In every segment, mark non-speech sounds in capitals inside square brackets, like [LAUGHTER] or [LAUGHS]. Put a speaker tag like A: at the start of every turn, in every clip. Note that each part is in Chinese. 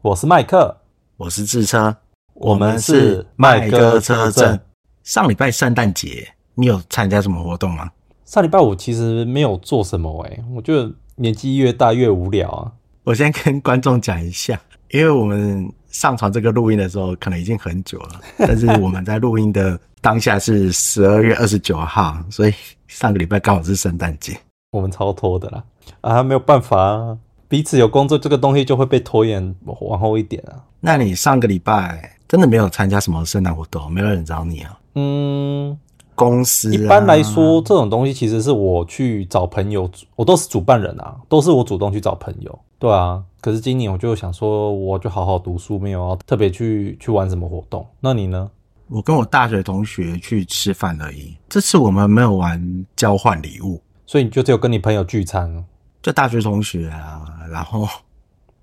A: 我是麦克，
B: 我是智车，
A: 我们是麦哥车
B: 镇
A: 镇。。
B: 上礼拜圣诞节，你有参加什么活动吗？
A: 上礼拜五其实没有做什么诶、我觉得年纪越大越无聊啊。
B: 我先跟观众讲一下，因为我们上传这个录音的时候，可能已经很久 [LAUGHS] 了，但是我们在录音的当下是十二月二十九号，所以上个礼拜刚好是圣诞节。
A: 我们超拖的啦，啊，没有办法啊，彼此有工作这个东西就会被拖延往后一点啊。
B: 那你上个礼拜真的没有参加什么圣诞活动，没有人找你啊？
A: 嗯，
B: 公司、啊、
A: 一般来说，这种东西其实是我去找朋友，我都是主办人啊，都是我主动去找朋友。对啊，可是今年我就想说，我就好好读书，没有要特别去去玩什么活动。那你呢？
B: 我跟我大学同学去吃饭而已。这次我们没有玩交换礼物，
A: 所以你就只有跟你朋友聚餐啊。
B: 就大学同学啊，然后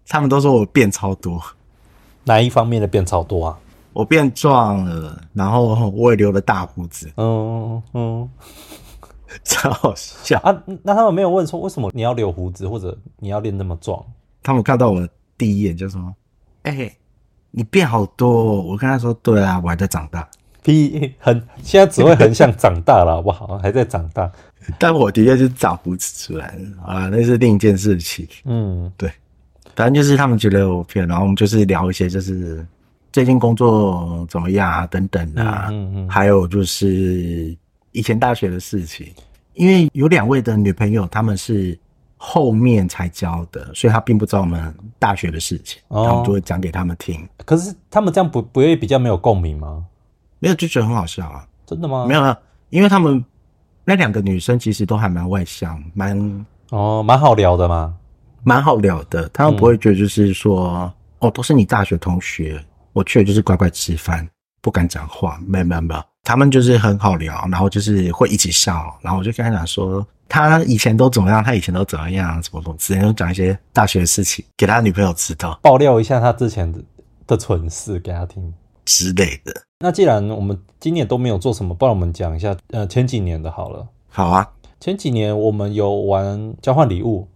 B: 他们都说我变超多，
A: 哪一方面的变超多啊？
B: 我变壮了，然后我也留了大胡子， [LAUGHS]
A: 嗯嗯
B: 超好笑。
A: 啊，那他们没有问说为什么你要留胡子，或者你要练那么壮？
B: 他们看到我第一眼就说：“哎、你变好多哦、我跟他说：“对啊，我还在长大。
A: 屁，很现在只会很想长大 [LAUGHS] 了，好不好？还在长大。”
B: 但我的确是长胡子出来了啊，那是另一件事情。
A: 嗯，
B: 反正就是他们觉得我骗，然后我们就是聊一些就是最近工作怎么样啊等等啊，
A: 嗯嗯嗯
B: 还有就是以前大学的事情。因为有两位的女朋友，她们是后面才交的，所以她并不知道我们大学的事情，
A: 哦
B: 然后我们就会讲给他们听。
A: 可是他们这样不不会比较没有共鸣吗？
B: 没有就觉得很好笑啊，
A: 真的吗？
B: 没有啊，因为他们那两个女生其实都还蛮外向，蛮
A: 哦，蛮好聊的嘛。
B: 蛮好聊
A: 嗯
B: 的，他们不会觉得就是说，哦，都是你大学同学，我去了就是乖乖吃饭，不敢讲话，没有没有没有，他们就是很好聊，然后就是会一起笑，然后我就跟他讲说，他以前都怎么样，他以前都怎么样，怎么怎么之前就讲一些大学的事情给他女朋友知道
A: 爆料一下他之前的的蠢事给他听。
B: 之类的。
A: 那既然我们今年都没有做什么，不然我们讲一下呃前几年的好了。
B: 好啊，
A: 前几年我们有玩交换礼物，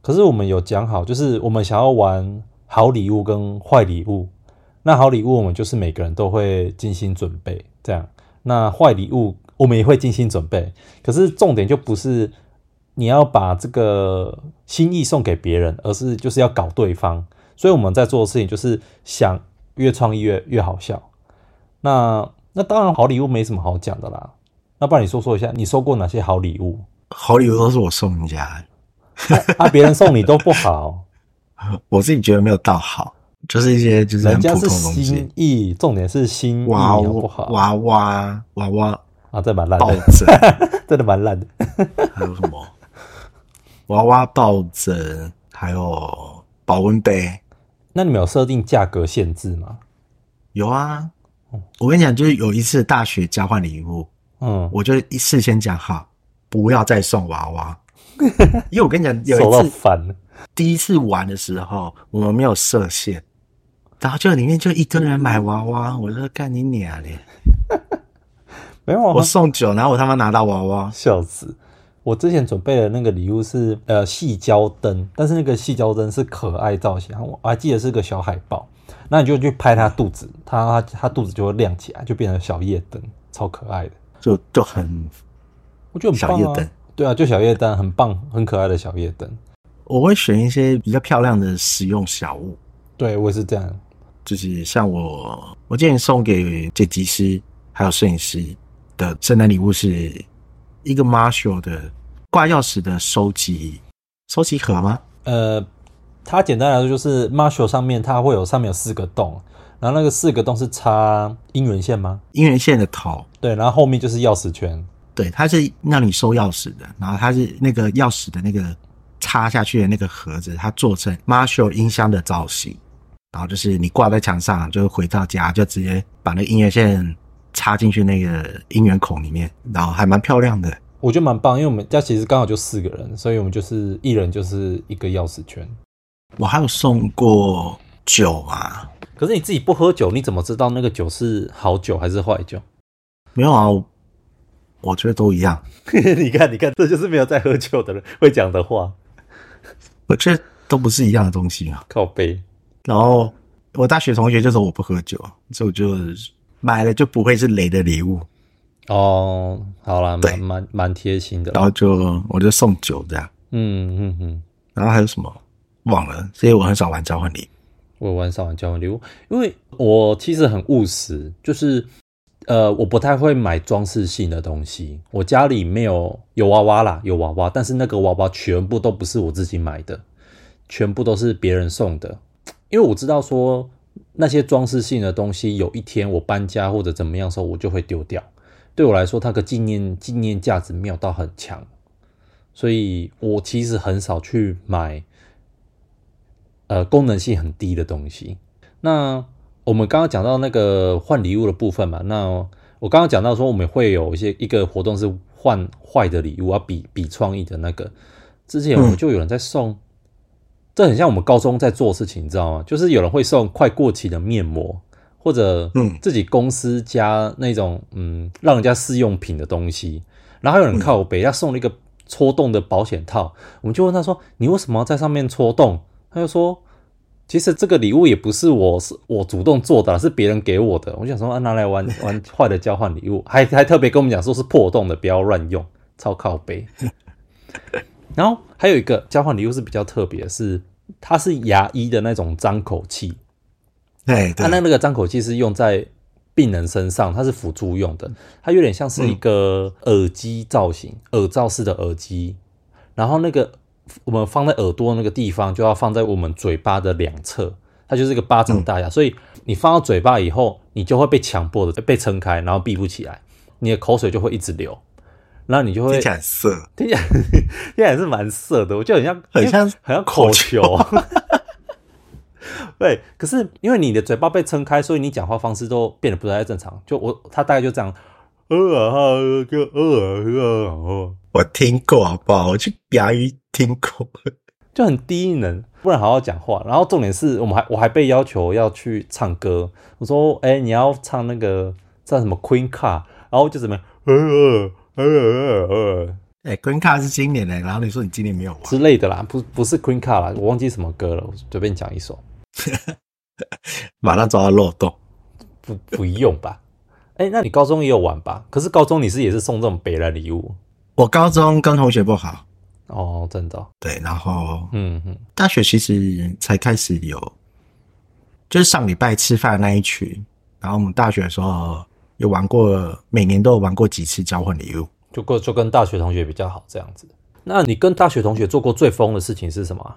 A: 可是我们有讲好，就是我们想要玩好礼物跟坏礼物。那好礼物我们就是每个人都会精心准备，这样。那坏礼物我们也会精心准备，可是重点就不是你要把这个心意送给别人，而是就是要搞对方。所以我们在做的事情就是想越创意越越好笑。那那当然好礼物没什么好讲的啦。那不然你说说一下，你收过哪些好礼物？
B: 好礼物都是我送人家的，
A: [LAUGHS] 啊，别人送你都不
B: [LAUGHS]
A: 好，
B: 我自己觉得没有到好，就是一些就是很
A: 人
B: 普
A: 家
B: 通
A: 是
B: 的东
A: 心
B: 西，
A: 意，重点是心意
B: 娃
A: 好
B: 娃
A: 不好？
B: 娃娃娃娃
A: 啊，这蛮烂
B: 抱
A: 的，
B: 枕。
A: 真的蛮烂的。
B: 还有什么娃娃抱枕，还有保温杯，
A: 那你们有设定价格限制吗？
B: 有啊。我跟你讲，就是有一次大学交换礼物，
A: 嗯，
B: 我就一事先讲好，不要再送娃
A: [LAUGHS]
B: 娃，因为我跟你讲，有
A: 收到
B: 一次
A: 烦了。
B: 第一次玩的时候，我们没有设限，然后就里面就一堆人买娃娃，我就干你娘嘞！
A: 没有啊
B: 我，送酒，然后我他妈拿到娃娃，
A: 笑死！我之前准备的那个礼物是呃细胶灯，但是那个细胶灯是可爱造型，我我还记得是个小海报。那你就去拍它肚子，它它它肚子就会亮起来，就变成小夜灯，超可爱的。
B: 就就很，
A: 我觉得很
B: 小
A: 棒啊
B: 夜灯
A: 对啊，就小夜灯，很棒，很可爱的小夜灯。
B: 我会选一些比较漂亮的实用小物，
A: 对我也是这样。
B: 就是像我，我之前送给剪辑师还有摄影师的圣诞礼物是一个 Marshall 的挂钥匙的收集收集盒吗？
A: 呃，它简单来说就是 Marshall 上面它会有上面有四个洞，然后那个四个洞是插姻缘线吗？
B: 姻缘线的头，
A: 对，然后后面就是钥匙圈。
B: 对，它是让你收钥匙的，然后它是那个钥匙的那个插下去的那个盒子，它做成 Marshall 音箱的造型，然后就是你挂在墙上，就回到家就直接把那个音乐线插进去那个音源孔里面，然后还蛮漂亮的。
A: 我觉得蛮棒，因为我们家其实刚好就四个人，所以我们就是一人就是一个钥匙圈。
B: 我还有送过酒啊，
A: 可是你自己不喝酒，你怎么知道那个酒是好酒还是坏酒？ [LAUGHS]
B: 没有啊，我我觉得都一样。
A: 你看，你看，这就是没有在喝酒的人会讲的话。
B: 我觉得都不是一样的东西啊。
A: 靠背，
B: 然后我大学同学就说我不喝酒，所以我就买了就不会是雷的礼物，
A: 哦，好啦，
B: 对
A: 蛮蛮蛮贴心的啦。
B: 然后就我就送酒这样。
A: 嗯嗯嗯，
B: 然后还有什么忘了，所以我很少玩交换礼物。
A: 我也玩少玩交换礼物，因为我其实很务实，就是呃，我不太会买装饰性的东西。我家里没有有娃娃啦，有娃娃，但是那个娃娃全部都不是我自己买的，全部都是别人送的。因为我知道说那些装饰性的东西，有一天我搬家或者怎么样的时候，我就会丢掉。对我来说，它的纪念纪念价值没有到很强，所以我其实很少去买呃功能性很低的东西。那我们刚刚讲到那个换礼物的部分嘛，那我刚刚讲到说我们会有一些一个活动是换坏的礼物，要比比创意的那个。之前我们就有人在送，这很像我们高中在做的事情，你知道吗？就是有人会送快过期的面膜，或者
B: 嗯
A: 自己公司加那种嗯让人家试用品的东西。然后还有人靠北，他送了一个戳洞的保险套，我们就问他说：“你为什么要在上面戳洞？”他就说：“其实这个礼物也不是我是我主动做的啊，是别人给我的。”我想说，啊，拿来玩玩坏的交换礼物，还还特别跟我们讲说是破洞的，不要乱用，超靠背。然后还有一个交换礼物是比较特别的是，它是牙医的那种张口器，
B: 哎，
A: 它
B: 对，
A: 啊那那个张口器是用在病人身上，它是辅助用的，它有点像是一个耳机造型，耳罩式的耳机，然后那个我们放在耳朵那个地方就要放在我们嘴巴的两侧，它就是一个巴掌大小，所以你放到嘴巴以后，你就会被强迫的被撑开，然后闭不起来，你的口水就会一直流，然后你就会
B: 听起来很色，
A: 听起来 [LAUGHS] 听起来是蛮色的，我觉得很像
B: 很像
A: 很像口
B: 口
A: 球。 [LAUGHS] 对，可是因为你的嘴巴被撑开，所以你讲话方式都变得不太正常。就我他大概就这样，呃啊呃就呃啊呃啊呃，
B: 我听过好不好？我去牙医听过， [LAUGHS]
A: 就很低能，不能好好讲话。然后重点是我们还我还被要求要去唱歌，我说哎、你要唱那个叫什么 Queen Car，然后就怎么样呃呃呃呃呃
B: 哎，Green Card 是今年的，然后你说你今年没有玩，
A: 之类的啦，不不是 Queen Car 啦，我忘记什么歌了，我随便讲一首。
B: 马上找到漏洞。
A: 不不用吧？ [LAUGHS] 哎、那你高中也有玩吧？可是高中你是也是送这种北来礼物
B: 我高中跟同学不好，
A: 哦，真的哦、
B: 对，然后
A: 嗯嗯
B: 大学其实才开始有，就是上礼拜吃饭的那一群，然后我们大学的时候有玩过，每年都有玩过几次交换礼物。
A: 就跟就跟大学同学比较好这样子。那你跟大学同学做过最疯的事情是什么啊？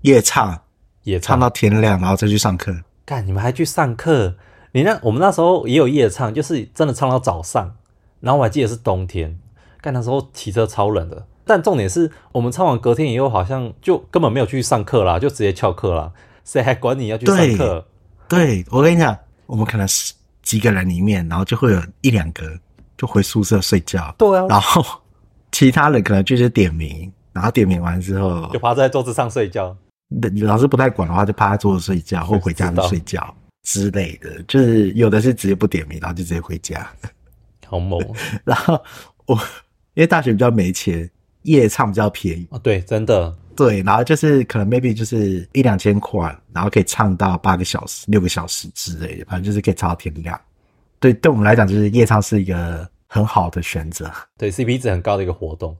B: 夜唱
A: 夜唱？
B: 唱
A: 啊
B: 到天亮，然后再去上课。
A: 干，你们还去上课？你那我们那时候也有夜唱，就是真的唱到早上。然后我还记得是冬天，干那时候骑车超冷的。但重点是我们唱完隔天以后，好像就根本没有去上课啦，就直接翘课啦。谁还管你要去上
B: 对
A: 课？
B: 对我跟你讲，我们可能十几个人里面，然后就会有一两个就回宿舍睡觉，
A: 对啊，
B: 然后其他人可能就是点名，然后点名完之后
A: 就，趴在桌子上睡觉。
B: 老师不太管的话，就趴在桌子睡觉或回家
A: 知道
B: 就睡觉之类的，就是有的是直接不点名，然后就直接回家。
A: 好猛哦
B: 然后我因为大学比较没钱，夜唱比较便宜，
A: 啊！对，真的，
B: 对，然后就是可能 maybe 就是一两千块，然后可以唱到八个小时、六个小时之类的，反正就是可以唱到天亮。对，对我们来讲，就是夜唱是一个很好的选择。
A: 对 CP 值很高的一个活动。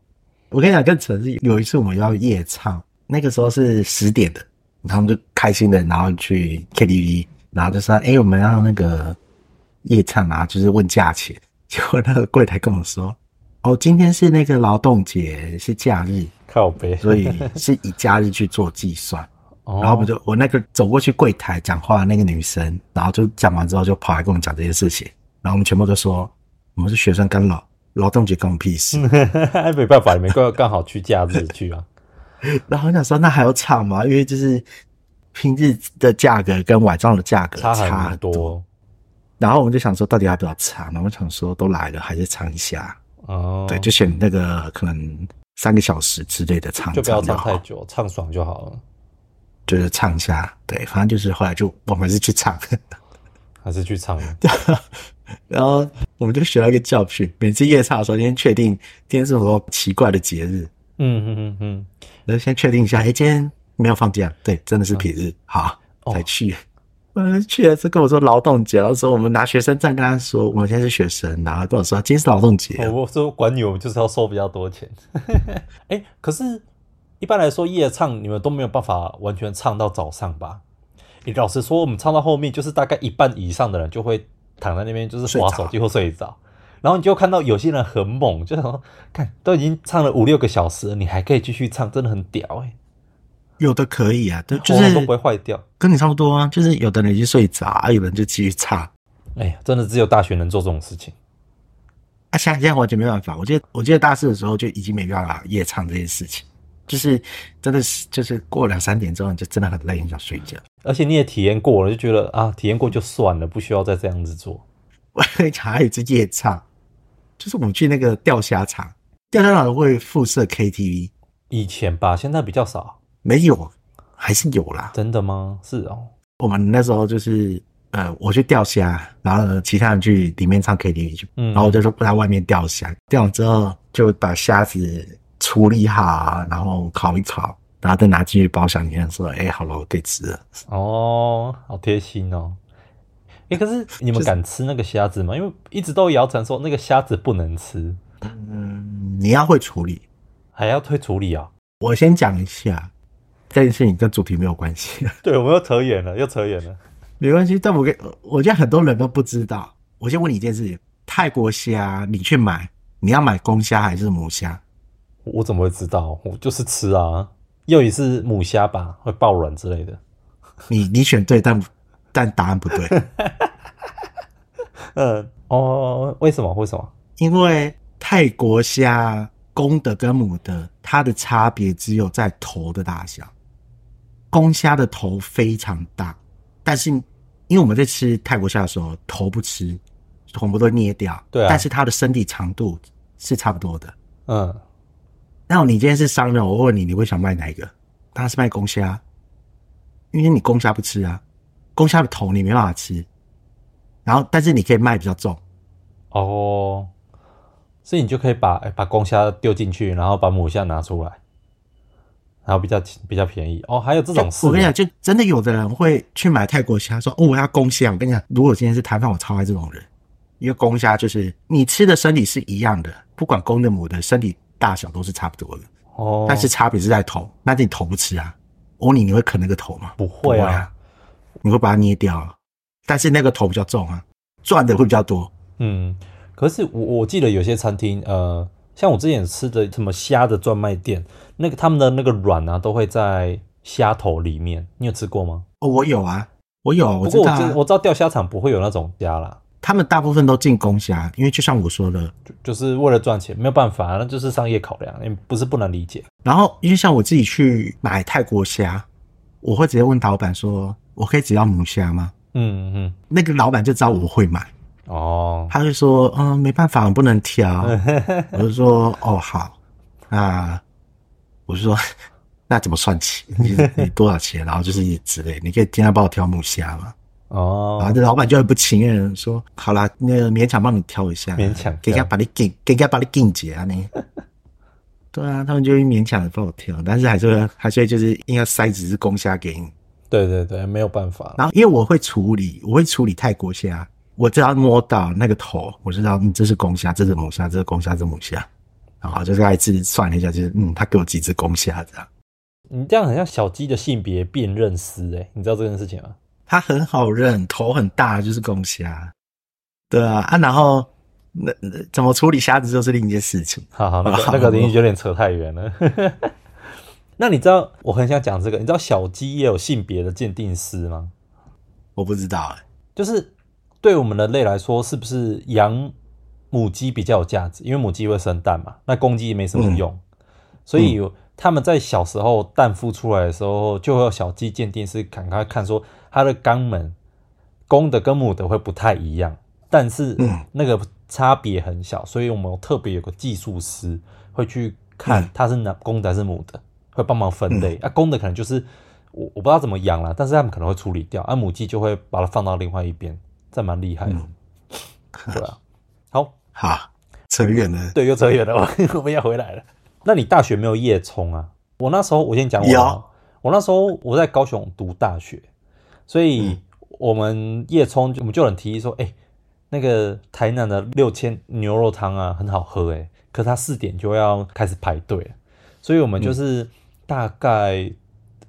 B: 我跟你讲，更扯的是有一次我们要夜唱，那个时候是十点的，然后我们就开心的，然后去 KTV，然后就说：“哎、我们要那个夜唱啊，就是问价钱。”结果那个柜台跟我说：“哦，今天是那个劳动节，是假日，
A: 靠背，
B: 所以是以假日去做计算。”
A: 哦
B: 然后我就我那个走过去柜台讲话的那个女生，然后就讲完之后就跑来跟我们讲这些事情，然后我们全部都说我们是学生干扰，劳动节关我们屁事。
A: [LAUGHS] 没办法，你们刚刚好去假日去啊。
B: 然后我想说那还有场吗？因为就是平日的价格跟晚上的价
A: [LAUGHS]
B: 格
A: 差
B: 差
A: 很。多
B: 然后我们就想说到底要不要唱？然后我想说都来了还是唱一下，
A: 哦，
B: 对，就选那个可能三个小时之类的唱，
A: 就不要
B: 就
A: 唱
B: 好
A: 太久，唱爽就好了。
B: 就是唱一下，对，反正就是后来就我们是去唱。 [LAUGHS]
A: 还是去 [LAUGHS] 唱，
B: 然后我们就学到一个教训：每次夜唱的时候，先确定今天是什么奇怪的节日，
A: 嗯嗯嗯嗯，
B: 然后先确定一下，哎，今天没有放假，对，真的是平日，好，
A: 哦
B: 才去。嗯，去了是跟我说劳动节，然后说我们拿学生证跟他说，我们现在是学生，然后跟我说今天是劳动节。
A: 哦我说管你，我们就是要收比较多钱。 [LAUGHS] 哎、可是一般来说夜唱你们都没有办法完全唱到早上吧？你老实说，我们唱到后面就是大概一半以上的人就会躺在那边就是划
B: 睡着
A: 手机或睡着，然后你就看到有些人很猛，就想说看都已经唱了五六个小时了，你还可以继续唱，真的很屌哎、
B: 有的可以啊，但就
A: 喉
B: 是
A: 咙都不会坏掉。
B: 跟你差不多啊，就是有的人已经睡着，啊，有人就继续唱。
A: 哎呀，真的只有大学能做这种事情。
B: 啊，现在现在完全没办法。我记得我记得大四的时候就已经没办法夜唱这件事情，就是真的是就是过两三点之后你就真的很累，你想睡觉。
A: 而且你也体验过了，就觉得啊，体验过就算了，不需要再这样子做。
B: 我跟你讲，还有一次夜唱，就是我们去那个钓虾场，钓虾场会附设 KTV，
A: 以前吧，现在比较少。
B: 没有，还是有啦。
A: 真的吗？是哦，
B: 我们那时候就是呃，我去钓虾，然后呢其他人去里面唱 KTV 去，
A: 嗯
B: 然后我就说不在外面钓虾，钓完之后就把虾子处理好啊，然后烤一烤，然后再拿进去包厢里面说，哎、好了，我可以吃了。
A: 哦，好贴心哦。哎、可是 [LAUGHS] 你们
B: 就是
A: 敢吃那个虾子吗？因为一直都有谣传说那个虾子不能吃，
B: 嗯，你要会处理。
A: 还要退处理啊。
B: 我先讲一下，这件事情跟主题没有关系，
A: [LAUGHS] 对，我们又扯远了，又扯远了。
B: 没关系。但我跟我觉得很多人都不知道。我先问你一件事情：泰国虾你去买，你要买公虾还是母虾？
A: 我怎么会知道？我就是吃啊，又一次母虾吧，会爆卵之类的。
B: 你你选对，但但答案不对。
A: [LAUGHS] 嗯，哦，为什么？为什么？
B: 因为泰国虾公的跟母的，它的差别只有在头的大小。公虾的头非常大，但是因为我们在吃泰国虾的时候，头不吃，我们都捏掉。
A: 对啊
B: 但是它的身体长度是差不多的。
A: 嗯，
B: 那你今天是商人，我问你，你会想卖哪一个？当然是卖公虾，因为你公虾不吃啊，公虾的头你没办法吃，然后但是你可以卖比较重。
A: 哦，所以你就可以把哎把公虾丢进去，然后把母虾拿出来，然后比较比较便宜。哦，还有这种事
B: 我跟你
A: 啊，
B: 讲，就真的有的人会去买泰国虾，说哦我要公虾。我跟你讲，如果今天是摊贩，我超爱这种人，因为公虾就是你吃的身体是一样的，不管公的母的，身体大小都是差不多的，
A: 哦，
B: 但是差别是在头。那你头不吃啊？我问你，你会啃那个头吗？
A: 不会
B: 不会
A: 啊
B: 啊，你会把它捏掉啊，但是那个头比较重啊，赚的会比较多。
A: 嗯，可是我我记得有些餐厅，呃，像我之前吃的什么虾的专卖店，那个他们的那个卵啊，都会在虾头里面。你有吃过吗？
B: 哦，我有啊，我有，我
A: 不
B: 知
A: 过我
B: 道、啊
A: 知我知道钓虾场不会有那种虾啦，
B: 他们大部分都进公虾，因为就像我说的，
A: 就就是为了赚钱，没有办法，那就是商业考量，也不是不能理解。
B: 然后因为像我自己去买泰国虾，我会直接问老板说：“我可以只要母虾吗
A: 嗯嗯，？”
B: 那个老板就知道我会买，
A: 哦，
B: 他就说：“嗯，没办法，我不能挑。”
A: [LAUGHS]
B: 我就说：“哦，好。”那我就说：“那怎么算钱？你你多少钱？然后就是之类，你可以尽量帮我挑母虾嘛。”然后
A: 哦，
B: 啊这老板就很不情愿地说：“好啦，那个勉强帮你挑一下，
A: 勉强
B: 给
A: 挑
B: 人家把你给，给人家把你给结啊
A: [LAUGHS]
B: 你。”对啊，他们就会勉强的帮我挑，但是还是会还是会就是硬要塞几只公虾给你。
A: 对对对，没有办法。
B: 然后因为我会处理，我会处理泰国虾，我只要摸到那个头，我知道嗯这是公虾，这是母虾，这是公虾，这是母虾。然后就大概自己算了一下，就是嗯，他给我几只公虾这样。
A: 你这样很像小鸡的性别辨认师哎、你知道这件事情吗？
B: 它很好认，头很大，就是公虾。对啊，啊，然后那那怎么处理虾子就是另一件事情。
A: 好好，那个
B: 好
A: 那个领域有点扯太远了。 [LAUGHS] 那你知道我很想讲这个，你知道小鸡也有性别的鉴定师吗？
B: 我不知道、欸，
A: 就是对我们人类来说，是不是养母鸡比较有价值？因为母鸡会生蛋嘛，那公鸡没什么
B: 嗯
A: 用，所以他们在小时候蛋孵出来的时候，就会有小鸡鉴定师赶快看说它的肛门公的跟母的会不太一样，但是
B: 嗯
A: 那个差别很小，所以我们有特别有个技术师会去看
B: 嗯
A: 它是男公的还是母的，会帮忙分类。啊，公的可能就是我我不知道怎么养啦，但是他们可能会处理掉，啊，母鸡就会把它放到另外一边，这蛮厉害的，对啊。好，
B: 好，扯远了。
A: 对，又扯远了， [LAUGHS] 我我们要回来了。那你大学没有夜冲啊？我那时候我先讲我啊，
B: 有
A: 我那时候我在高雄读大学，所以我们叶聪我们就有人提议说，哎、那个台南的六千牛肉汤啊，很好喝哎、可它四点就要开始排队了，所以我们
B: 嗯
A: 就是大概、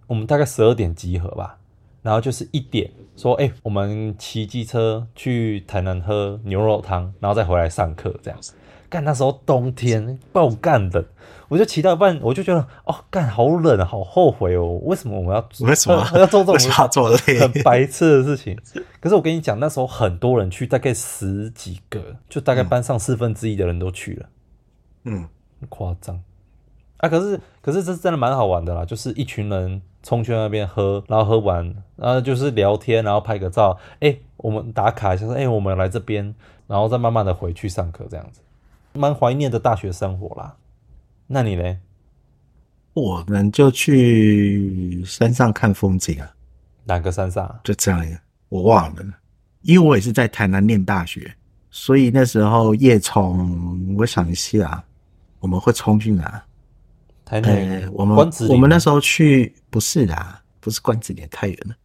A: 我们大概十二点集合吧，然后就是一点说，哎、我们骑机车去台南喝牛肉汤，然后再回来上课这样。干那时候冬天爆干冷，我就骑到一半，我就觉得哦，干好冷啊，好后悔哦，为什么我们要
B: 为什么
A: [LAUGHS] 要做这种
B: 为什么要做累
A: 很白痴的事情？可是我跟你讲，那时候很多人去，大概十几个，就大概班上四分之一的人都去了，
B: [LAUGHS] 嗯，
A: 很夸张啊！可是可是这真的蛮好玩的啦，就是一群人冲去那边喝，然后喝完，然后就是聊天，然后拍个照，哎、我们打卡一下，说哎、我们来这边，然后再慢慢的回去上课，这样子，蛮怀念的大学生活啦。那你嘞？
B: 我们就去山上看风景啊，
A: 哪个山上啊？
B: 就这样，我忘了，因为我也是在台南念大学，所以那时候夜从，我想一下，我们会冲去哪？
A: 台
B: 呃
A: 南，
B: 我们
A: 哎关子岭
B: 我们那时候去不是啦，不是关子岭太远了，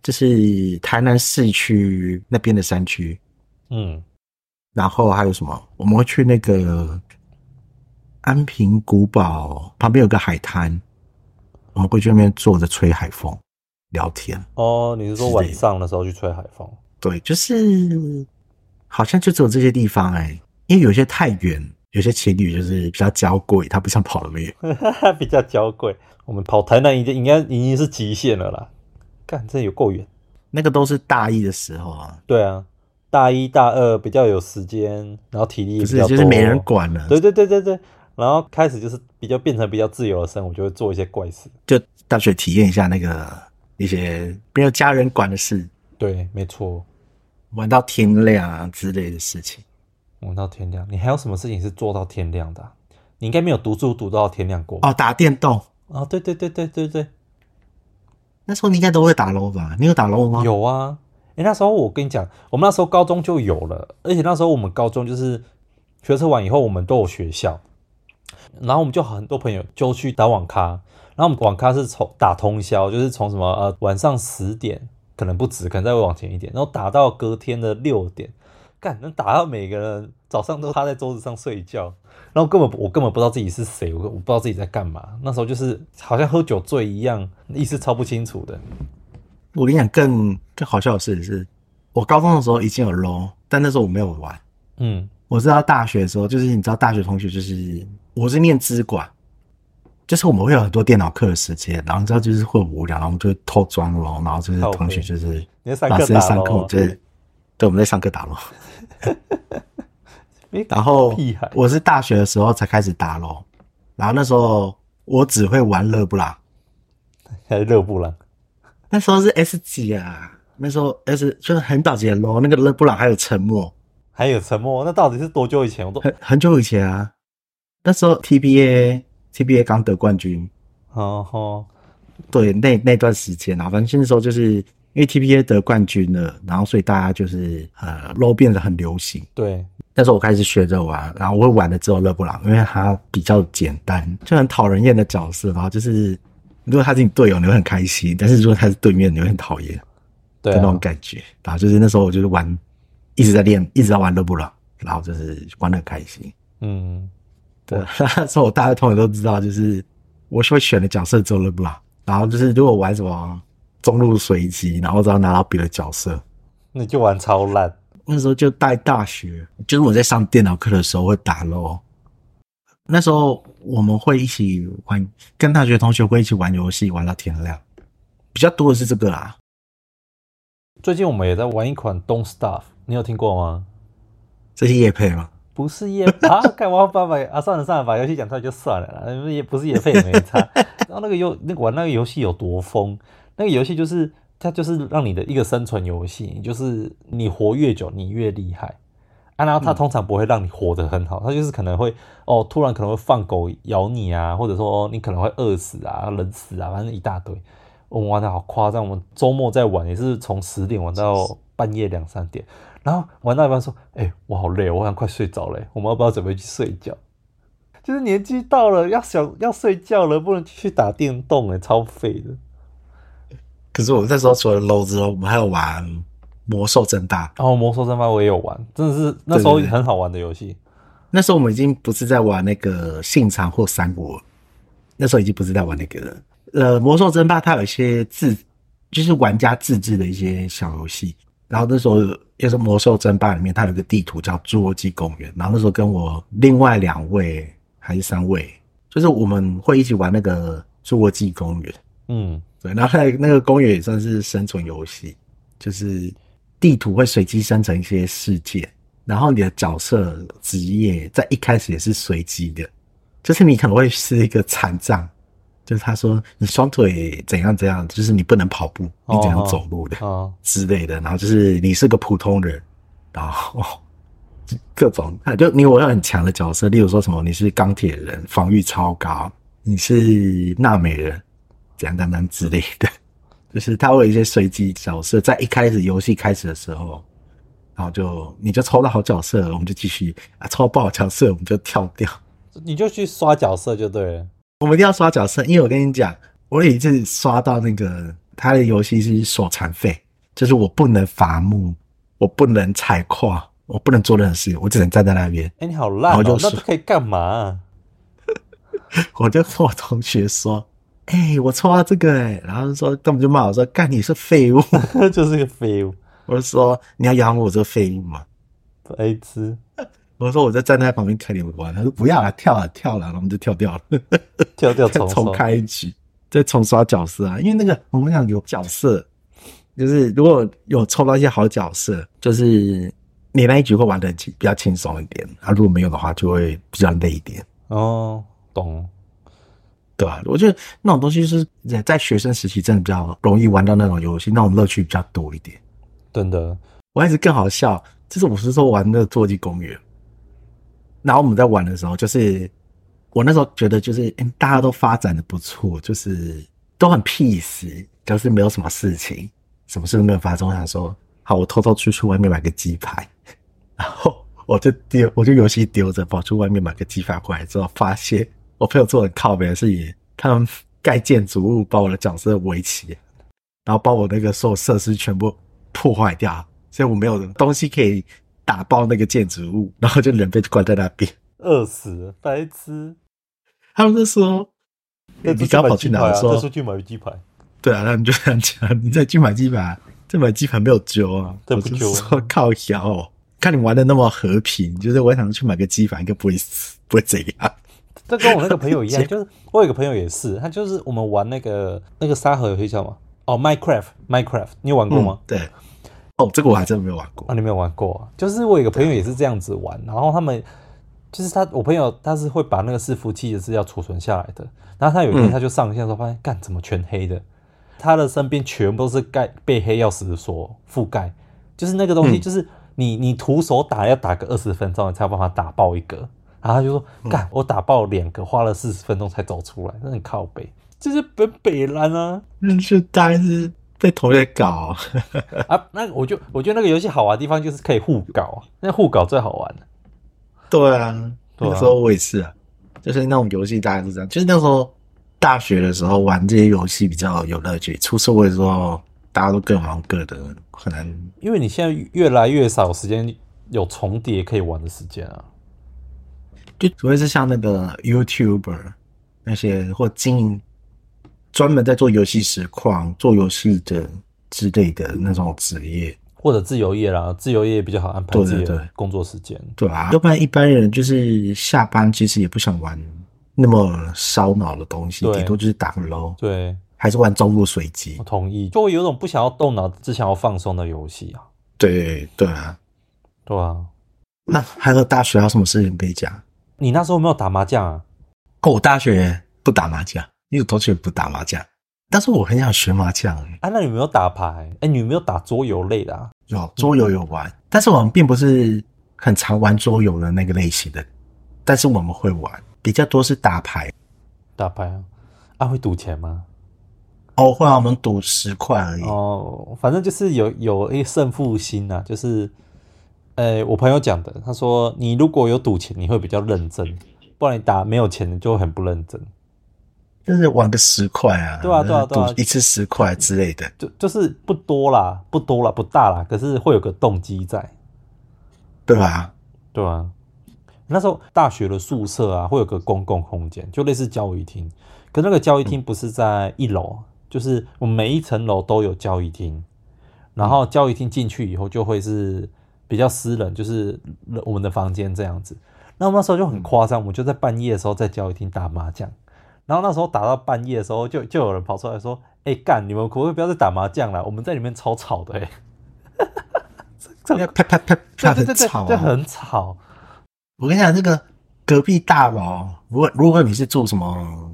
B: 就是台南市区那边的山区，
A: 嗯，
B: 然后还有什么？我们会去那个安平古堡旁边有个海滩，我们会去那边坐着吹海风聊天。
A: 哦，你是说
B: 之类
A: 晚
B: 的
A: 上的时候去吹海风？ [LAUGHS]
B: 对，就是好像就只有这些地方哎、因为有些太远，有些情侣就是比较娇贵，他不想跑那么远。
A: 比较娇贵。我们跑台南已经应该已经是极限了啦，干这有够远。
B: [LAUGHS] 那个都是大一的时候啊，
A: 对啊，大一大二比较有时间，然后体力也
B: 不
A: 比
B: 是
A: 较多，
B: 就是没人。管了。
A: 对对对对对，然后开始就是比较变成比较自由的生活，就会做一些怪事。
B: 就大学体验一下那个一些没有家人管的事，
A: 对，没错。
B: 玩到天亮啊之类的事情。
A: 玩到天亮，你还有什么事情是做到天亮的啊、你应该没有读书读到天亮过吧？
B: 哦，打电动，
A: 啊，对对对对对对，
B: 那时候你应该都会打 LO 吧？你有打 LO 吗？
A: 有啊，诶，那时候我跟你讲，我们那时候高中就有了，而且那时候我们高中就是学车完以后，我们都有学校，然后我们就很多朋友就去打网咖，然后我们网咖是从打通宵，就是从什么呃晚上十点，可能不止，可能再往前一点，然后打到隔天的六点，干，能打到每个人早上都趴在桌子上睡觉，然后根本不我根本不知道自己是谁，我我不知道自己在干嘛，那时候就是好像喝酒醉一样，意识超不清楚的。
B: 我跟你讲，更更好笑的事是，我高中的时候已经有 LO，但那时候我没有玩。
A: 嗯，
B: 我知道大学的时候，就是你知道大学同学，就是我是念资管，就是我们会有很多电脑课的时间，然后你知道就是会无聊，然后我们就会偷装 LO，然后就是
A: 靠
B: 同学
A: 背
B: 就是
A: 你在上
B: 老
A: 课
B: 师在
A: 打
B: 上课，
A: 咯
B: 我们就是对我们在上课打 LO。
A: 诶
B: 然
A: [LAUGHS]
B: 后
A: 屁孩
B: 我是大学的时候才开始打咯，然后那时候我只会玩勒布朗，
A: 还是勒布朗，
B: 那时候是 S 级啊，那时候 S 就是很早期的咯，那个勒布朗还有沉默，
A: 还有沉默，那到底是多久以前？我都
B: 很很久以前啊，那时候 TBA TBA 刚得冠军，
A: 哦吼，
B: 对那那段时间啊，反正那时候就是因为 TBA 得冠军了，然后所以大家就是呃 l 变得很流行。
A: 对，
B: 那时候我开始学着玩，然后我会玩的只有勒布朗，因为他比较简单，就很讨人厌的角色。然后就是，如果他是你队友，你会很开心；但是如果他是对面，你会很讨厌
A: 对
B: 的
A: 啊
B: 那种感觉。然后就是那时候我就是玩，一直在练，一直在玩勒布朗，然后就是玩的很开心。
A: 嗯，
B: 对，那时候我大家同学都知道，就是我会选的角色只有勒布朗。然后就是如果玩什么中路随机，然后只要拿到别的角色，
A: 那就玩超烂，
B: 那时候就带大学，就是我在上电脑课的时候会打咯。那时候我们会一起玩，跟大学同学会一起玩游戏，玩到天亮。比较多的是这个啦，
A: 最近我们也在玩一款 Don't Starve，你有听过吗？
B: 这些夜配嘛。
A: 不是夜 [LAUGHS] 啊，干嘛把把啊算了算了，把游戏讲出来就算了啦，也不是也费没差。然后那个游那个玩那个游戏有多疯？那个游戏就是它就是让你的一个生存游戏，你就是你活越久你越厉害啊。然后它通常不会让你活得很好，它就是可能会哦突然可能会放狗咬你啊，或者说你可能会饿死啊、冷死啊，反正一大堆。我们玩的好夸张，我们周末在玩也是从十点玩到半夜两三点。然后玩到一半说：“哎、我好累，我好像快睡着了，我们要不要准备去睡觉？”就是年纪到了，要想要睡觉了，不能去打电动，哎，超废的。
B: 可是我们那时候除了 LO 之后，我们还有玩魔兽争霸。
A: 然后魔兽争霸我也有玩，真的是那时候很好玩的游戏。
B: 那时候我们已经不是在玩那个信长或三国，那时候已经不是在玩那个了。呃，魔兽争霸它有一些自，就是玩家自制的一些小游戏。然后那时候又是魔兽争霸里面，它有一个地图叫侏罗纪公园。然后那时候跟我另外两位还是三位，就是我们会一起玩那个侏罗纪公园。
A: 嗯，
B: 对，然后那那个公园也算是生存游戏，就是地图会随机生成一些世界，然后你的角色职业在一开始也是随机的，就是你可能会是一个残障，就是他说你双腿怎样怎样，就是你不能跑步，你怎样走路的
A: 啊，
B: 之类的，然后就是你是个普通人，然后 [LAUGHS] 各种，哎就你我有很强的角色，例如说什么你是钢铁人，防御超高，你是纳美人，怎样怎样之类的， [LAUGHS] 就是他会有一些随机角色，在一开始游戏开始的时候，然后就你就抽到好角色，我们就继续啊，抽到不好角色我们就跳掉，
A: 你就去刷角色就对了。
B: 我们一定要刷角色，因为我跟你讲，我有一次刷到那个他的游戏是手残废，就是我不能伐木，我不能采矿，我不能做任何事，我只能站在那边。 [LAUGHS]
A: 哎，你好烂
B: 然后
A: 哦
B: 就！
A: 那
B: 是
A: 都可以干嘛 [LAUGHS] 啊？
B: 我就跟我同学说：“哎、我抽到这个哎、然后说他们就骂我说：“干你是废物！”
A: 就是个废物，
B: 我就说：“你要养我这个废物吗
A: 白痴，？”
B: 我说：“我就站在旁边看你们玩。”他说：“不要了，啊跳了跳了。”然后我们就跳掉了。
A: 跳掉
B: 再
A: 重
B: 重
A: 重
B: 开一局，再重刷角色啊，因为那个我们讲有角色，就是如果有抽到一些好角色，就是你那一局会玩的比较轻松一点，啊，如果没有的话就会比较累一点，
A: 哦，懂。
B: 对吧、我觉得那种东西就是在学生时期真的比较容易玩到那种游戏，那种乐趣比较多一点。
A: 真的，
B: 我还是更好笑，就是我是说玩那个《侏罗纪公园》，然后我们在玩的时候，就是我那时候觉得就是、嗯大家都发展的不错，就是都很 peace，就是没有什么事情，什么事都没有发生。我想说，好，我偷偷出去外面买个鸡排，然后我就丢，我就游戏丢着，跑去外面买个鸡排回来之后，发现我朋友做的靠北的事情，他们盖建筑物把我的角色围起来然后把我那个所有设施全部破坏掉，所以我没有东西可以打爆那个建筑物，然后就人被关在那边。
A: 饿死了白痴。
B: 他们就说：“
A: 再
B: 你
A: 出
B: 你
A: 去
B: 刚
A: 买
B: 跑
A: 鸡
B: 去
A: 排
B: 哪？”
A: 啊！
B: 我
A: 再出
B: 说
A: 去买鸡排，：“
B: 对啊。”他们就这样讲：“你再去买鸡排，再买鸡排没有揪啊？”
A: 这不
B: 我就
A: 揪
B: 说：“靠摇、哦，看你玩的那么和平，就是我想去买个鸡排，应该不会死，不会怎样。
A: 这跟我那个朋友一样，就是我有个朋友也是，他就是我们玩那个那个沙盒游戏叫什么？哦，Minecraft，Minecraft，你有玩”过吗
B: 嗯？，对。哦，这个我还真的没有玩过
A: 啊，。你没有玩过啊？就是我有个朋友也是这样子玩，然后他们就是他，我朋友他是会把那个伺服器的资料储存下来的，然后他有一天
B: 嗯
A: 他就上线的时候发现，干怎么全黑的？他的身边全部都是盖被黑曜石所覆盖，就是那个东西，
B: 嗯
A: 就是你你徒手打要打个二十分钟，你才有办法打爆一个。然后他就
B: 嗯
A: 说，干我打爆两个，花了四十分钟才走出来，那很靠北，就是本北兰啊。
B: 那就大概是被同学搞，
A: 啊，那我就我觉得那个游戏好玩的地方就是可以互搞啊，那互搞最好玩啊了。
B: 对啊，
A: 对啊
B: 那时候我也是啊，就是那种游戏大家都这样，就是那时候大学的时候玩这些游戏比较呃有乐趣，出社会之后大家都各忙各的，可能
A: 因为你现在越来越少时间有重叠可以玩的时间啊。
B: 就除非是像那个 YouTuber 那些或经营专门在做游戏实况、做游戏的之类的那种职业，
A: 或者自由业啦，自由业比较好安排
B: 对
A: 自己
B: 对
A: 的
B: 对
A: 工作时间。
B: 对啊，要不然一般人就是下班其实也不想玩那么烧脑的东西，
A: 对
B: 顶多就是打个 LO，
A: 对，
B: 还是玩中路随机
A: 我。同意，就会有种不想要动脑，只想要放松的游戏啊，
B: 对对啊，
A: 对啊。
B: 那还有大学还有什么事情可以讲？
A: 你那时候有没有打麻将啊？
B: 哦，我大学不打麻将，因为同学不打麻将，但是我很想学麻将。
A: 啊，那你有没有打牌？哎、你有没有打桌游类的啊？
B: 有桌游有玩，但是我们并不是很常玩桌游的那个类型的，但是我们会玩，比较多是打牌。
A: 打牌啊？啊，会赌钱吗？
B: 哦，会啊，我们赌十块而已。
A: 哦，反正就是有有一个胜负心啊，就是，呃，我朋友讲的，他说你如果有赌钱，你会比较认真，不然你打没有钱你就会很不认真。
B: 就是玩个十块啊，
A: 对啊对啊对啊
B: 赌一次十块之类的，
A: 就就是不多啦，不多啦，不大啦，可是会有个动机在，
B: 对吧？
A: 对啊。那时候大学的宿舍啊，会有个公共空间，就类似教育厅，可那个教育厅不是在一楼，啊就是我们每一层楼都有教育厅，然后教育厅进去以后就会是比较私人，就是我们的房间这样子。那我们那时候就很夸张，我们就在半夜的时候在教育厅打麻将，然后那时候打到半夜的时候就，就有人跑出来说：“哎、干，你们可不可以不要再打麻将了？我们在里面超吵的、欸，
B: 要啪啪啪啪
A: 对
B: 很
A: [LAUGHS] 对对
B: 吵
A: 对，就
B: 啊！
A: 很吵。”
B: 我跟你讲，那个隔壁大佬，如果如果你是住什么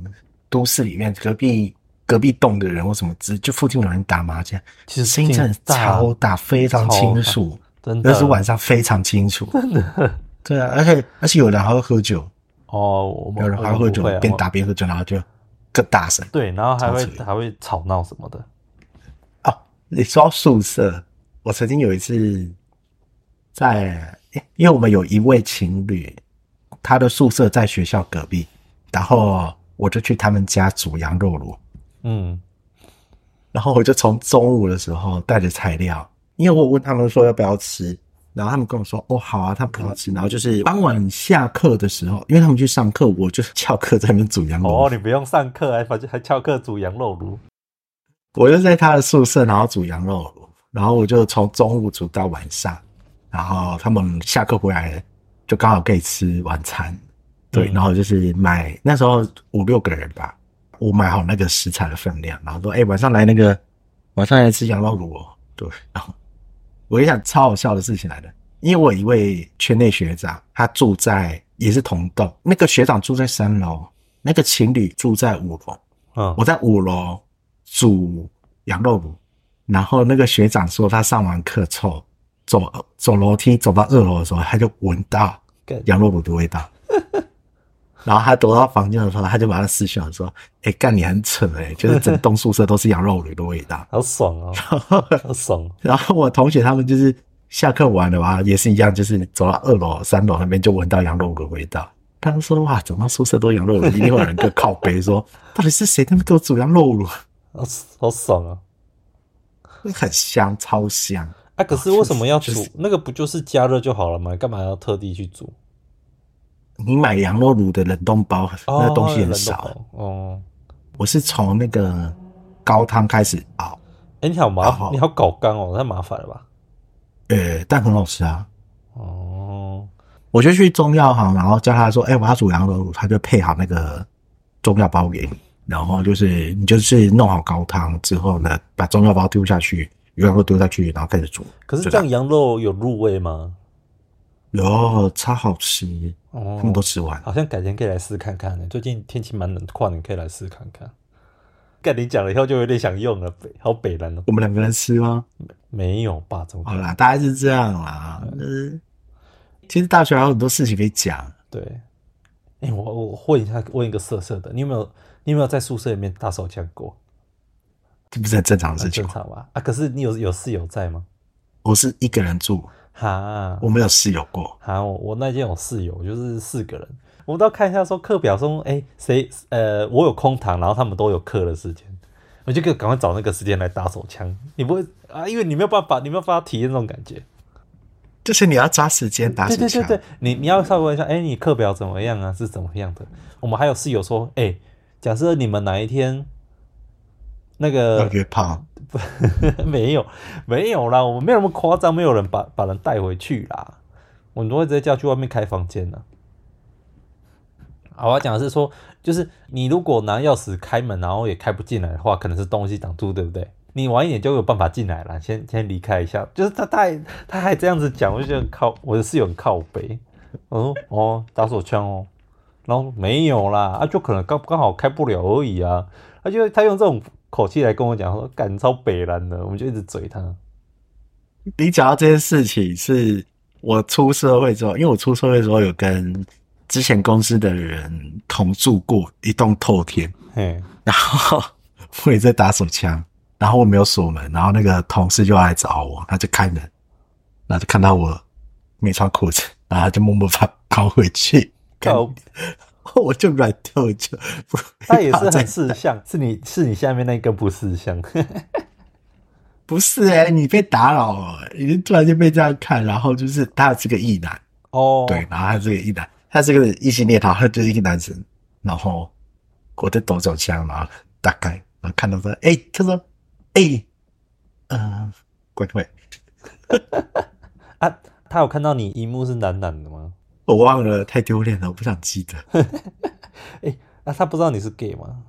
B: 都市里面，隔壁隔壁栋的人或什么之，就附近有人打麻将，
A: 其实
B: 声音真的
A: 劲大
B: 超大，非常清楚，
A: 真的，
B: 那是晚上非常清楚，真的。对啊，而且而且有人还会喝酒，
A: 哦，我们
B: 有人还会喝酒
A: 我们不，啊
B: 边
A: 我
B: 打边喝酒，然后就更大声。
A: 对，然后还会
B: 超级
A: 还会吵闹什么的。
B: 哦，你说到宿舍，我曾经有一次在，诶因为我们有一位情侣，他的宿舍在学校隔壁，然后我就去他们家煮羊肉炉，
A: 嗯
B: 然后我就从中午的时候带着材料，因为我有问他们说要不要吃，然后他们跟我说哦好啊，他们不要吃，然后就是傍晚下课的时候，因为他们去上课，我就是翘课在那边煮羊肉炉
A: 哦，你不用上课，还反正还翘课煮羊肉炉。
B: 我就在他的宿舍，然后煮羊肉炉，然后我就从中午煮到晚上，然后他们下课回来就刚好可以吃晚餐，对，
A: 嗯
B: 然后就是买那时候五六个人吧，我买好那个食材的分量，然后说，哎、晚上来那个晚上来吃羊肉炉、哦，对，然后我跟你讲超好笑的事情来了，因为我有一位圈内学长，他住在也是同栋，那个学长住在三楼，那个情侣住在五楼，
A: 嗯
B: 我在五楼煮羊肉炉，然后那个学长说他上完课后走走楼梯走到二楼的时候，他就闻到
A: 干
B: 羊肉炉的味道。然后他躲到房间的时候，他就把他撕下来说：“哎、干你很扯哎、就是整栋宿舍都是羊肉炉的味道。 [LAUGHS]
A: 好爽哦，好爽。”哦
B: 然后我同学他们就是下课完了吧，也是一样，就是走到二楼、三楼那边就闻到羊肉炉的味道。他说：“哇，整栋宿舍都羊肉炉，一定会有人跟靠背说， [LAUGHS] 到底是谁在那边给我煮羊肉炉？”
A: 好好爽啊！
B: 很香，超香。
A: 啊，可是为什么要煮
B: 就是？
A: 那个不就是加热就好了吗？干嘛要特地去煮？
B: 你买羊肉卤的冷冻包，
A: 哦，
B: 那东西很
A: 冷冻
B: 少。
A: 包哦。
B: 我是从那个高汤开始熬，
A: 哎，你好麻
B: 然后
A: 你好搞干哦，太麻烦了吧？
B: 呃，但很好吃啊。
A: 哦，
B: 我就去中药行，然后叫他说：“哎、我要煮羊肉卤。”他就配好那个中药包给你，然后就是你就是弄好高汤之后呢，把中药包丢下去，羊肉丢下去，然后开始煮。
A: 可是这
B: 就这样
A: 样羊肉有入味吗？
B: 哟，超好吃，
A: 哦
B: 他，们都吃完了。
A: 好像改天可以来试看看呢。最近天气蛮冷的，跨年可以来试看看。干你讲了以后就有点想用了，北好北蓝哦。
B: 我们两个人吃吗？
A: 没有吧？怎么可
B: 好
A: 能？
B: 啦，大概是这样啦。
A: 嗯
B: 呃，其实大学还有很多事情可以讲。
A: 对，哎、我我问一下，问一个色色的，你有没有你有没有在宿舍里面打手枪过？
B: 这不是很正常的
A: 很
B: 事情
A: 正
B: 吗。
A: 常吧？啊，可是你有有室友在吗？
B: 我是一个人住，
A: 哈，
B: 我没有室友过。
A: 哈，啊我我那间有室友，就是四个人，我们都要看一下说课表说，哎、谁呃，我有空堂，然后他们都有课的时间，我就给赶快找那个时间来打手枪。你不会啊？因为你没有办法，你没有办法体验那种感觉。
B: 就是你要抓时间打手
A: 对对
B: 枪，
A: 对对，你你要稍微问一下，哎、你课表怎么样啊？是怎么样的？我们还有室友说，哎、假设你们哪一天那
B: 要
A: 个
B: 约炮。
A: [LAUGHS] 没有没有啦，我们没有那么夸张，没有人把把人带回去啦，我们都会直接叫去外面开房间呢、啊。我要讲的是说，就是你如果拿钥匙开门，然后也开不进来的话，可能是东西挡住，对不对？你晚一点就有办法进来了，先先离开一下。就是他他还他还这样子讲，我就觉得很靠我的室友很靠北。我说哦，打手枪哦，然后说没有啦，啊，就可能刚刚好开不了而已啊。他就他用这种口气来跟我讲说，赶超北蓝的，我们就一直嘴他。
B: 你讲到这件事情，是我出社会之后，因为我出社会之后有跟之前公司的人同住过一栋透天，
A: 嘿，
B: 然后 [LAUGHS] 我也在打手枪，然后我没有锁门，然后那个同事就来找我，他就开门，然后就看到我没穿裤子，然后他就默默把我搞回去。
A: 靠，
B: 我就软掉一就不
A: 它也是很四
B: [LAUGHS]
A: 项，是你是你下面那一根不四项。
B: 不是哎、你被打扰了，你突然就被这样看，然后就是他是个异男，
A: [LAUGHS] 哦，
B: 对，，然后他是个异男，他是个异性恋，然后他就是一个男生，然后我在抖手枪，然后打开，然后看到说，哎、他说，哎、嗯、呃，滚回，
A: 啊，他有看到你荧幕是男男的吗？
B: 我忘了，太丢脸了，我不想记得。
A: 啊，他不知道你是 gay 吗？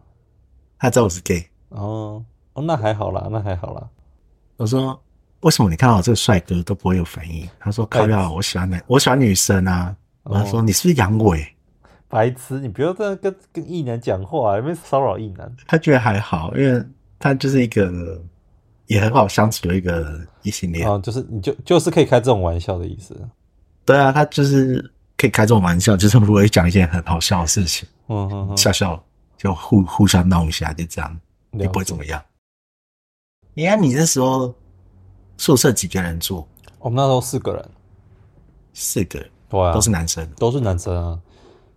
B: 他知道我是 gay，
A: 哦，哦，那还好啦，那还好啦。
B: 我说为什么你看到我这个帅哥都不会有反应？他说
A: 哎
B: 靠呀，我喜欢男，我喜欢女生啊。
A: 哦
B: 我说你是不是阳痿？
A: 白痴，你不要这样跟跟异男讲话、啊，因为骚扰异男。
B: 他觉得还好，因为他就是一个也很好相处的一个异性恋。
A: 哦，就是你就就是可以开这种玩笑的意思。
B: 对啊，他就是可以开这种玩笑，就是我会讲一件很好笑的事情，
A: 嗯嗯嗯，
B: 笑笑就互互相闹一下，就这样，
A: 了
B: 也不会
A: 解
B: 怎么样。你看你那时候宿舍几个人住？
A: 我们那时候四个人，
B: 四个，
A: 对啊，
B: 都是男生。
A: 都是男生啊。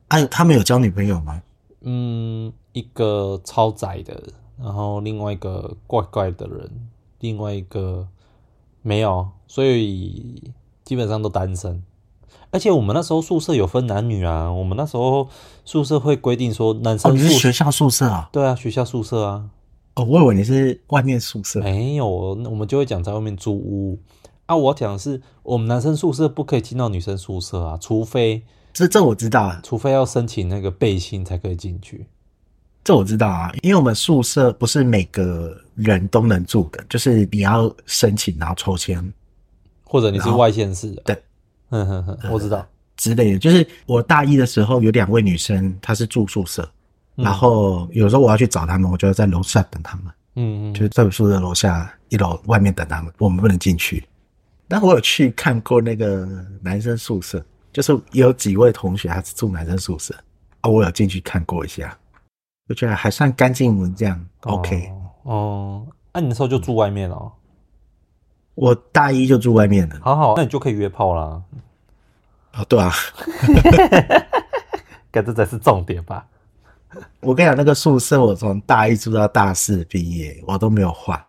B: 哎、他们有交女朋友吗？
A: 嗯，一个超宅的，然后另外一个怪怪的人，另外一个没有，啊所以基本上都单身。而且我们那时候宿舍有分男女啊，我们那时候宿舍会规定说男
B: 哦，
A: 生
B: 你
A: 宿
B: 是学校宿舍啊？
A: 对啊，学校宿舍啊，
B: 哦，我以为你是外面宿舍。
A: 没有，那我们就会讲在外面租屋啊。我要讲的是，我们男生宿舍不可以进到女生宿舍啊，除非
B: 这这我知道，啊，
A: 除非要申请那个背心才可以进去。
B: 这我知道啊，因为我们宿舍不是每个人都能住的，就是你要申请然后抽签
A: 或者你是
B: 然后
A: 外县市的，嗯
B: 对，嗯
A: 哼哼哼，我知道，
B: 之类的。就是我大一的时候有两位女生，她是住宿舍，
A: 嗯
B: 然后有时候我要去找她们，我就要在楼下等她们，
A: 嗯嗯，
B: 就是在我宿舍楼下一楼外面等她们，我们不能进去。但我有去看过那个男生宿舍，就是有几位同学他是住男生宿舍啊，我有进去看过一下，就觉得还算干净文这样、OK。
A: 哦，那、你那时候就住外面哦，
B: 我大一就住外面了。
A: 好好，那你就可以约炮啦，
B: 哦，对啊，
A: 该这才是重点吧？
B: 我跟你讲，那个宿舍我从大一住到大四毕业，我都没有换。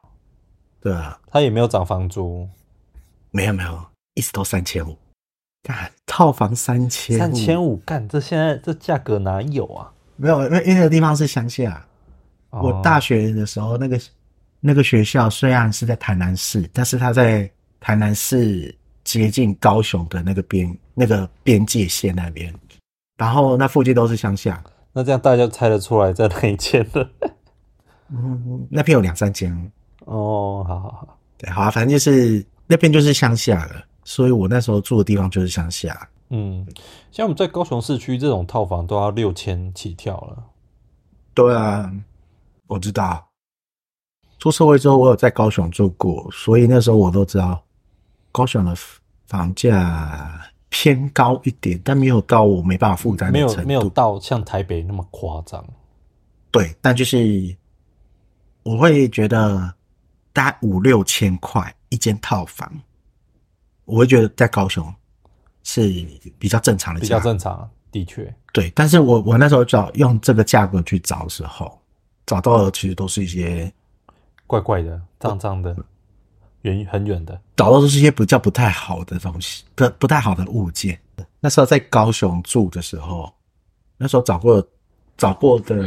B: 对啊，
A: 他也没有涨房租，
B: 没有没有，一直都三千五。干，套房三千
A: 三千
B: 五，
A: 五，干这现在这价格哪有啊？
B: 没有，因为因为那个地方是乡下。
A: 哦
B: 我大学的时候，那个那个学校虽然是在台南市，但是它在台南市接近高雄的那个边那个边界线那边，然后那附近都是乡下。
A: 那这样大家就猜得出来在哪一间了。
B: 嗯，那边有两三间，
A: [LAUGHS] 哦，好好好，
B: 对，好、啊，反正就是那边就是乡下了，所以我那时候住的地方就是乡下。
A: 嗯，像我们在高雄市区这种套房都要六千起跳了。
B: 对啊，我知道。出社会之后，我有在高雄住过，所以那时候我都知道高雄的房价偏高一点，但没有到我没办法负担
A: 没
B: 的
A: 有
B: 程
A: 没有
B: 度。
A: 到像台北那么夸张。
B: 对，但就是我会觉得大概五六千块一间套房，我会觉得在高雄是比较正常的
A: 比
B: 价
A: 较
B: 格。
A: 正常，的确。
B: 对，但是我我那时候找用这个价格去找的时候，找到的其实都是一些
A: 怪怪的、脏脏的、远很远的。
B: 找到都是一些比较不太好的东西，不不太好的物件。那时候在高雄住的时候，那时候找过找过的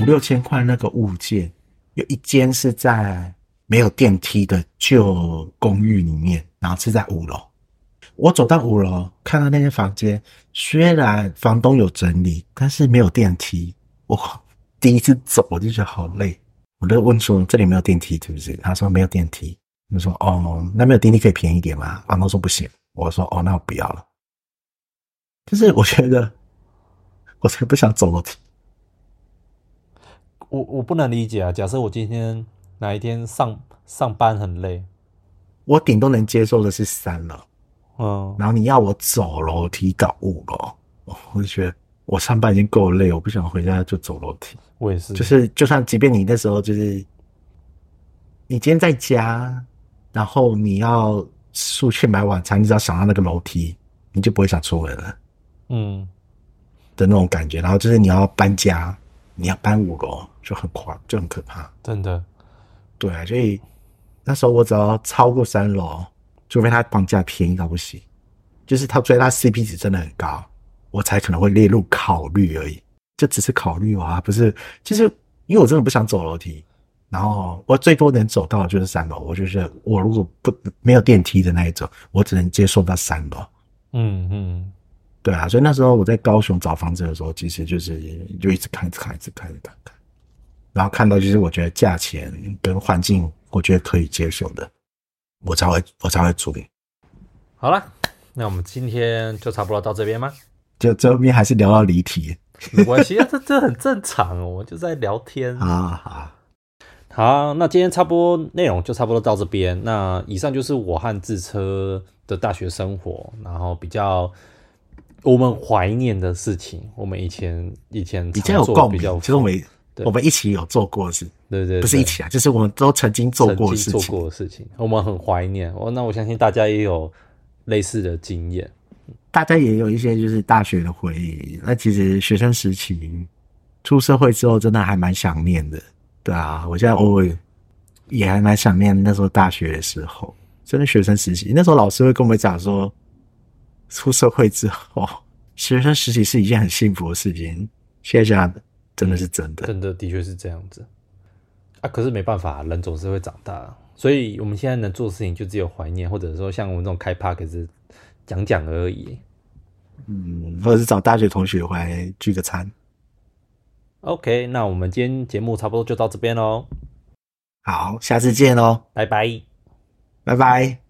B: 五六千块那个物件，有一间是在没有电梯的旧公寓里面，然后是在五楼。我走到五楼，看到那间房间，虽然房东有整理，但是没有电梯。我第一次走我就觉得好累，我就问说这里没有电梯是不是？他说没有电梯。我说哦，那没有电梯可以便宜一点吗？房东说不行。我说哦，那我不要了。就是我觉得 [LAUGHS] 我才不想走楼梯。
A: 我我不能理解啊！假设我今天哪一天上上班很累，
B: 我顶多能接受的是三楼，
A: 嗯，
B: 然后你要我走楼梯到五楼，我就觉得我上班已经够累，我不想回家就走楼梯。
A: 我也是，
B: 就是就算即便你那时候就是，你今天在家，然后你要出去买晚餐，你只要想到那个楼梯，你就不会想出门了。
A: 嗯，
B: 的那种感觉，然后就是你要搬家，你要搬五楼，就很夸，就很可怕。
A: 真的，
B: 对啊，所以那时候我只要超过三楼，除非它房价便宜到不行，就是它所以它 CP 值真的很高，我才可能会列入考虑而已。就只是考虑啊，不是，就是因为我真的不想走楼梯，然后我最多能走到的就是三楼。我就是我如果不没有电梯的那一种，我只能接受到三楼。
A: 嗯嗯，
B: 对啊，所以那时候我在高雄找房子的时候，其实就是就一直看，一直看，一直看，一直看，看然后看到就是我觉得价钱跟环境，我觉得可以接受的，我才会我才会租。
A: 好了，那我们今天就差不多到这边吗？
B: 就最后面还是聊到离题
A: 没关系，啊，这这很正常哦，我们就在聊天。
B: 啊，好，
A: 好，那今天差不多内容就差不多到这边。那以上就是我和自车的大学生活，然后比较我们怀念的事情，我们以前以前
B: 比
A: 常
B: 较有
A: 做
B: 共
A: 比
B: 鸣
A: 较，
B: 其实我们
A: 对
B: 我们一起有做过的事，
A: 对对
B: 不是一起啊，就是我们都曾经做
A: 曾
B: 过的
A: 经
B: 事
A: 做
B: 情。
A: 过的事情，我们很怀念。我那我相信大家也有类似的经验。
B: 大家也有一些就是大学的回忆。那其实学生时期出社会之后，真的还蛮想念的。对啊，我现在偶尔也还蛮想念那时候大学的时候，真的学生时期。那时候老师会跟我们讲说，出社会之后，学生时期是一件很幸福的事情。现在想想真的是真的。
A: 真的的确是这样子啊，可是没办法，人总是会长大，所以我们现在能做的事情就只有怀念，或者说像我们这种开 p a r k 是讲讲而已。
B: 嗯，或者是找大学同学回来聚个餐。
A: OK，那我们今天节目差不多就到这边喽，
B: 好，下次见喽，哦
A: 拜拜。
B: 拜拜。